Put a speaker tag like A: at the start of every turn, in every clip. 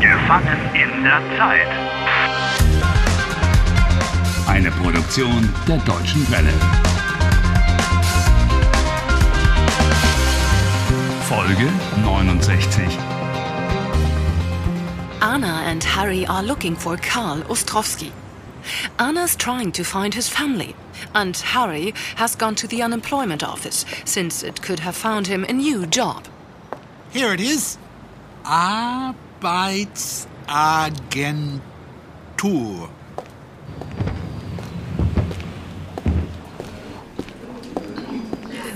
A: Gefangen in der Zeit.
B: Eine Produktion der Deutschen Welle. Folge 69.
C: Anna and Harry are looking for Karl Ostrovsky. Anna's trying to find his family, and Harry has gone to the unemployment office since it could have found him a new job.
D: Here it is. Arbeitsagentur.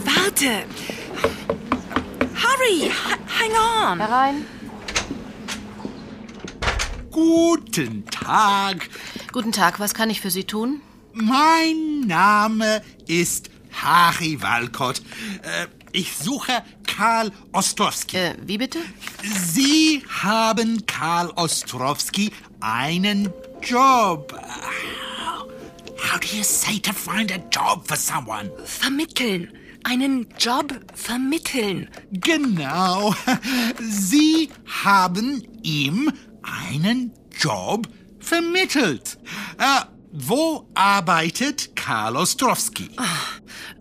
C: Warte! Harry, h- hang on!
E: Herein.
D: Guten Tag.
E: Guten Tag, was kann ich für Sie tun?
D: Mein Name ist Harry Walcott. Äh, Ich suche Karl Ostrowski.
E: Äh, wie bitte?
D: Sie haben Karl Ostrowski einen Job. How do you say to find a job for someone?
C: Vermitteln. Einen Job vermitteln.
D: Genau. Sie haben ihm einen Job vermittelt. Äh, wo arbeitet Karl Ostrowski?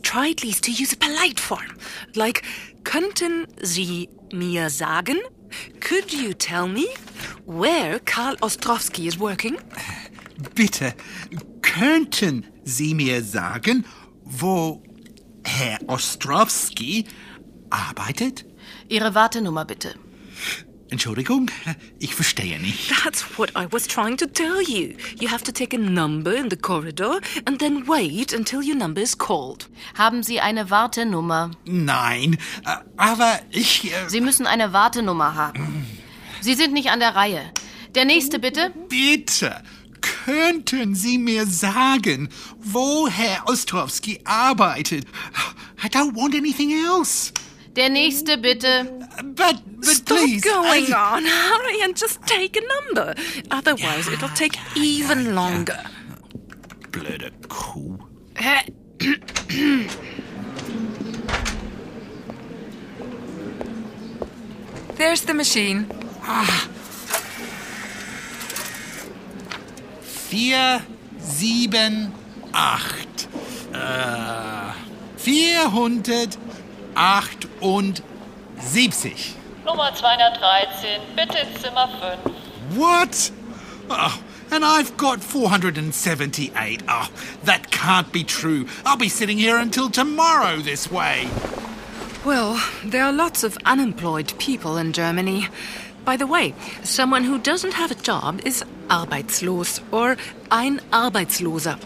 C: Try at least to use a polite form. Like, könnten Sie mir sagen? Could you tell me where Karl Ostrovsky is working?
D: Bitte, könnten Sie mir sagen, wo Herr Ostrowski arbeitet?
E: Ihre Wartenummer bitte.
D: Entschuldigung, ich verstehe nicht.
C: That's what I was trying to tell you. You have to take a number in the corridor and then wait until your number is called.
E: Haben Sie eine Wartenummer?
D: Nein, äh, aber ich... äh,
E: Sie müssen eine Wartenummer haben. Sie sind nicht an der Reihe. Der nächste bitte.
D: Bitte, könnten Sie mir sagen, wo Herr Ostrowski arbeitet? I don't want anything else.
E: Der nächste bitte.
D: But, but
C: Stop
D: please...
C: going
D: I-
C: on, hurry and just take a number. Otherwise, it'll take even longer.
D: Blöde Kuh.
F: There's the machine.
D: Ah. Vier, sieben, acht. Äh, 478.
G: Nummer 213, bitte ins Zimmer 5.
D: What? Oh, and I've got 478. Oh, that can't be true. I'll be sitting here until tomorrow this way.
C: Well, there are lots of unemployed people in Germany. By the way, someone who doesn't have a job is arbeitslos or ein Arbeitsloser.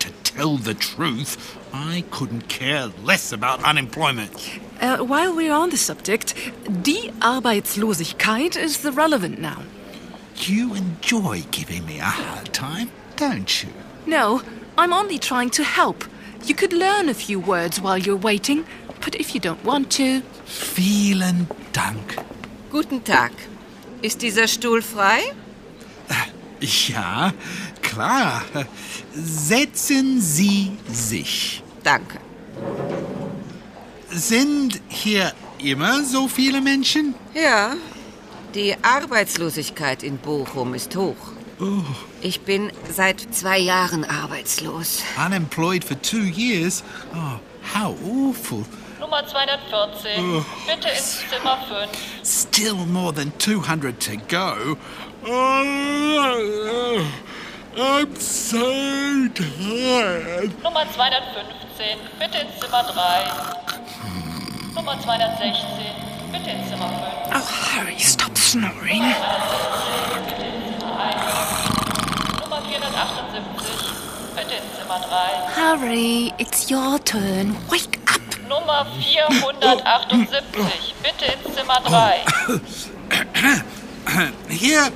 D: To tell the truth, I couldn't care less about unemployment.
C: Uh, while we're on the subject, die Arbeitslosigkeit is the relevant noun.
D: You enjoy giving me a hard time, don't you?
C: No, I'm only trying to help. You could learn a few words while you're waiting, but if you don't want to,
D: Vielen Dank.
H: Guten Tag. Ist dieser Stuhl frei?
D: Ja, klar. Setzen Sie sich.
H: Danke.
D: Sind hier immer so viele Menschen?
H: Ja, die Arbeitslosigkeit in Bochum ist hoch. Ich bin seit zwei Jahren arbeitslos.
D: Unemployed for two years? Oh, how awful. Oh.
G: Nummer 214, bitte ins Zimmer 5.
D: Still more than 200 to go. Oh, I'm so tired.
G: Nummer 215, bitte ins Zimmer 3. Nummer 216, bitte ins Zimmer 5.
C: oh, hurry, stop snoring.
G: Nummer 478, bitte ins Zimmer 3.
C: Harry, it's your turn. Wake up.
G: Nummer 478, bitte ins Zimmer 3.
D: Hier,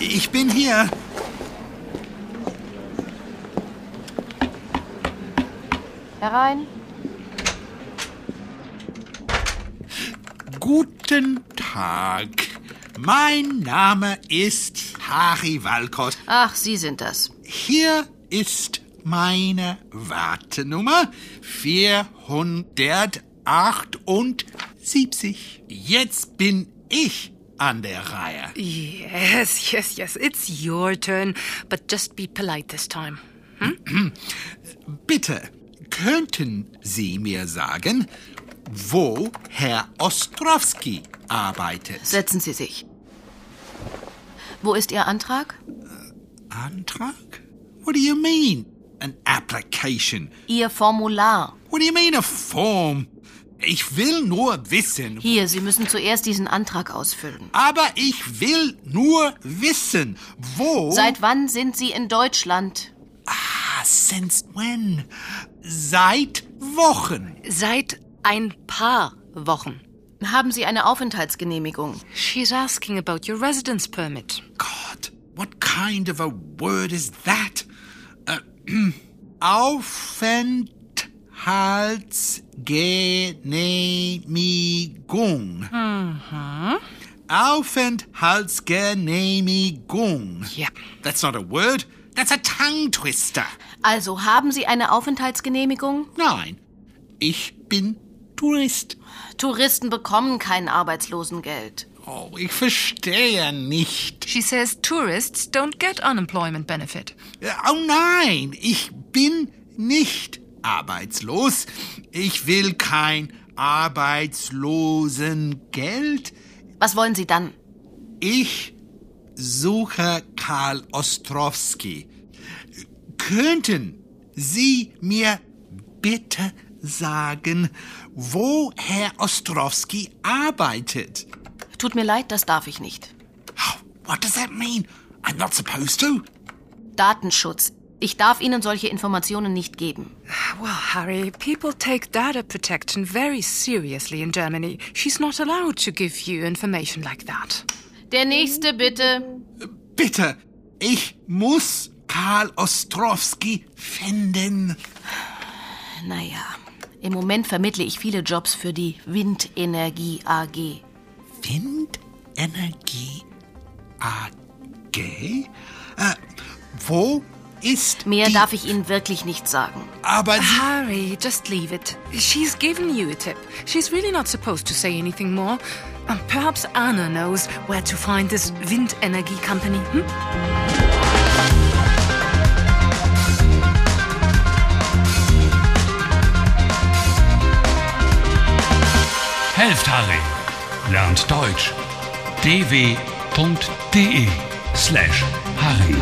D: ich bin hier.
E: Herein.
D: Guten Tag. Mein Name ist Harry Walcott.
E: Ach, Sie sind das.
D: Hier ist meine Wartenummer 478. Jetzt bin ich an der Reihe.
C: Yes, yes, yes. It's your turn. But just be polite this time.
D: Bitte, könnten Sie mir sagen, wo Herr Ostrowski arbeitet?
E: Setzen Sie sich. Wo ist Ihr Antrag?
D: Antrag? What do you mean? An application?
E: Ihr Formular.
D: What do you mean a form? Ich will nur wissen.
E: Hier, Sie müssen zuerst diesen Antrag ausfüllen.
D: Aber ich will nur wissen, wo...
E: Seit wann sind Sie in Deutschland?
D: Ah, Since when? Seit Wochen.
C: Seit ein paar Wochen.
E: Haben Sie eine Aufenthaltsgenehmigung?
C: She's asking about your residence permit.
D: God, what kind of a word is that? Uh, Aufenthaltsgenehmigung. Aufenthaltsgenehmigung.
C: Yeah.
D: That's not a word. That's a tongue twister.
E: Also, haben Sie eine Aufenthaltsgenehmigung?
D: Nein, ich bin Tourist.
E: Touristen bekommen kein Arbeitslosengeld.
D: Oh, ich verstehe nicht.
C: She says tourists don't get unemployment benefit.
D: Oh nein, ich bin nicht arbeitslos. Ich will kein Arbeitslosengeld.
E: Was wollen Sie dann?
D: Ich suche Karl Ostrowski. Könnten Sie mir bitte sagen, wo Herr Ostrowski arbeitet?
E: Tut mir leid, das darf ich nicht.
D: Oh, what does that mean? I'm not supposed to.
E: Datenschutz. Ich darf Ihnen solche Informationen nicht geben.
C: Well, Harry, people take data protection very seriously in Germany. She's not allowed to give you information like that.
E: Der nächste bitte.
D: Bitte, ich muss Karl Ostrowski finden.
E: Naja, im Moment vermittle ich viele Jobs für die Windenergie AG.
D: Windenergie AG? Äh, wo ist
E: Mehr
D: die?
E: darf ich Ihnen wirklich nicht sagen.
D: Aber sie-
C: Harry, just leave it. She's given you a tip. She's really not supposed to say anything more. Um, perhaps Anna knows where to find this Windenergie company. Hmm?
B: Helft Harry. Lernt Deutsch. dw.de slash Harry.